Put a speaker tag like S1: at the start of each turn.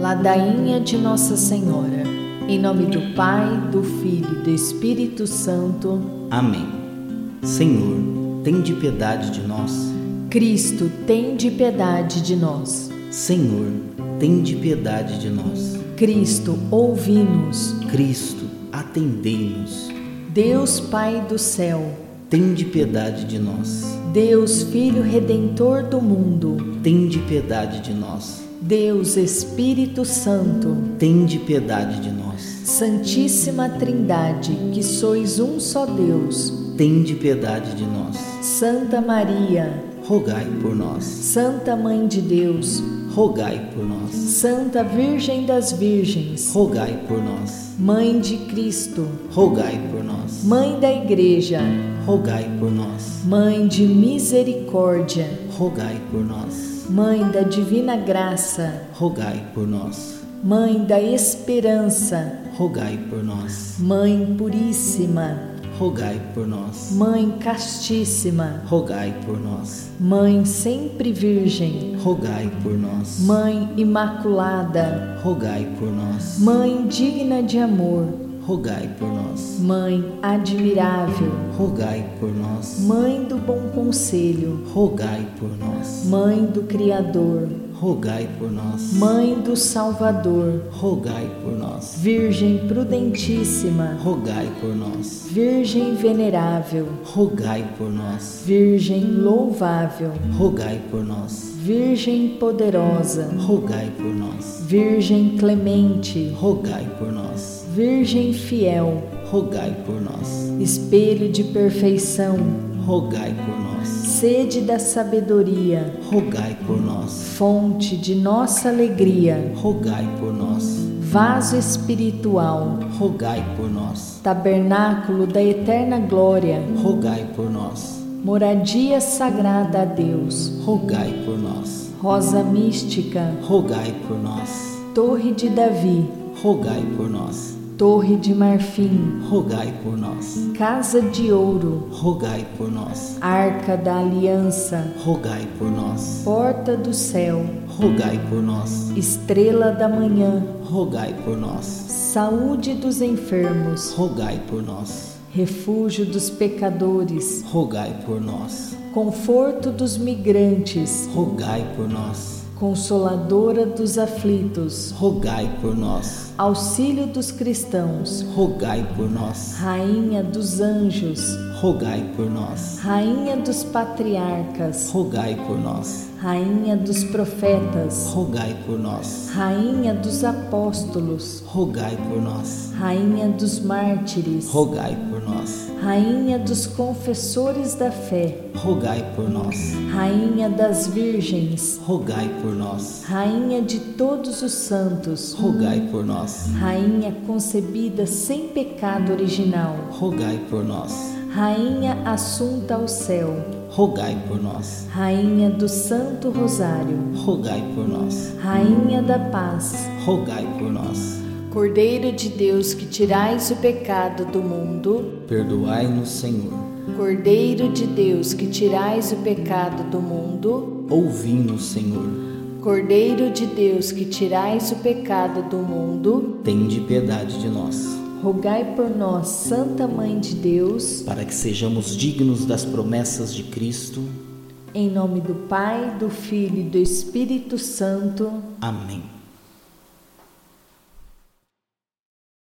S1: Ladainha de Nossa Senhora. Em nome do Pai, do Filho e do Espírito Santo.
S2: Amém. Senhor, tem de piedade de nós.
S1: Cristo, tem de piedade de nós.
S2: Senhor, tem de piedade de nós.
S1: Cristo, ouvi-nos.
S2: Cristo, atendei-nos.
S1: Deus Pai do céu,
S2: tem de piedade de nós.
S1: Deus Filho Redentor do mundo,
S2: Tem de piedade de nós.
S1: Deus Espírito Santo,
S2: Tem de piedade de nós.
S1: Santíssima Trindade, que sois um só Deus,
S2: Tem de piedade de nós.
S1: Santa Maria,
S2: Rogai por nós.
S1: Santa Mãe de Deus,
S2: Rogai por nós.
S1: Santa Virgem das Virgens,
S2: Rogai por nós.
S1: Mãe de Cristo,
S2: Rogai por nós.
S1: Mãe da Igreja,
S2: Rogai por nós.
S1: Mãe de Misericórdia,
S2: Rogai por nós.
S1: Mãe da Divina Graça,
S2: Rogai por nós.
S1: Mãe da Esperança,
S2: Rogai por nós.
S1: Mãe Puríssima,
S2: Rogai por nós.
S1: Mãe castíssima,
S2: Rogai por nós.
S1: Mãe sempre virgem,
S2: Rogai por nós.
S1: Mãe imaculada,
S2: Rogai por nós.
S1: Mãe digna de amor,
S2: Rogai por nós.
S1: Mãe admirável,
S2: Rogai por nós.
S1: Mãe do bom conselho,
S2: Rogai por nós.
S1: Mãe do Criador,
S2: Rogai por nós.
S1: Mãe do Salvador,
S2: Rogai por nós.
S1: Virgem prudentíssima,
S2: Rogai por nós.
S1: Virgem venerável,
S2: Rogai por nós.
S1: Virgem louvável,
S2: Rogai por nós.
S1: Virgem poderosa,
S2: Rogai por nós.
S1: Virgem clemente,
S2: Rogai por nós.
S1: Virgem fiel,
S2: Rogai por nós.
S1: espelho de perfeição,
S2: Rogai por nós.
S1: sede da sabedoria.
S2: Rogai por nós.
S1: fonte de nossa alegria,
S2: Rogai por nós.
S1: vaso espiritual,
S2: Rogai por nós.
S1: tabernáculo da eterna glória,
S2: Rogai por nós.
S1: moradia sagrada a Deus,
S2: Rogai por nós.
S1: rosa mística,
S2: Rogai por nós.
S1: torre de Davi,
S2: Rogai por nós.
S1: torre de marfim,
S2: Rogai por nós.
S1: casa de ouro,
S2: Rogai por nós.
S1: arca da aliança,
S2: Rogai por nós.
S1: porta do céu,
S2: Rogai por nós.
S1: estrela da manhã,
S2: Rogai por nós.
S1: saúde dos enfermos,
S2: Rogai por nós.
S1: refúgio dos pecadores,
S2: Rogai por nós.
S1: conforto dos migrantes.
S2: Rogai por nós.
S1: Consoladora dos aflitos,
S2: Rogai por nós.
S1: auxílio dos cristãos,
S2: Rogai por nós.
S1: Rainha dos anjos,
S2: Rogai por nós.
S1: Rainha dos patriarcas,
S2: Rogai por nós.
S1: Rainha dos profetas,
S2: Rogai por nós.
S1: Rainha dos apóstolos,
S2: Rogai por nós.
S1: Rainha dos mártires,
S2: Rogai por nós.
S1: Rainha dos confessores da fé,
S2: Rogai por nós.
S1: Rainha das virgens,
S2: Rogai por nós.
S1: Rainha de todos os santos,
S2: Rogai por nós.
S1: Rainha concebida sem pecado original.
S2: Rogai por nós.
S1: Rainha assunta ao céu,
S2: Rogai por nós.
S1: Rainha do Santo Rosário,
S2: Rogai por nós.
S1: Rainha da Paz,
S2: Rogai por nós.
S1: Cordeiro de Deus que tirais o pecado do mundo,
S2: Perdoai-nos, Senhor.
S1: Cordeiro de Deus que tirais o pecado do mundo,
S2: Ouvi-nos, Senhor.
S1: Cordeiro de Deus que tirais o pecado do mundo,
S2: Tende piedade de nós,
S1: rogai por nós, Santa Mãe de Deus,
S2: para que sejamos dignos das promessas de Cristo.
S1: em nome do Pai, do Filho e do Espírito Santo.
S2: Amém.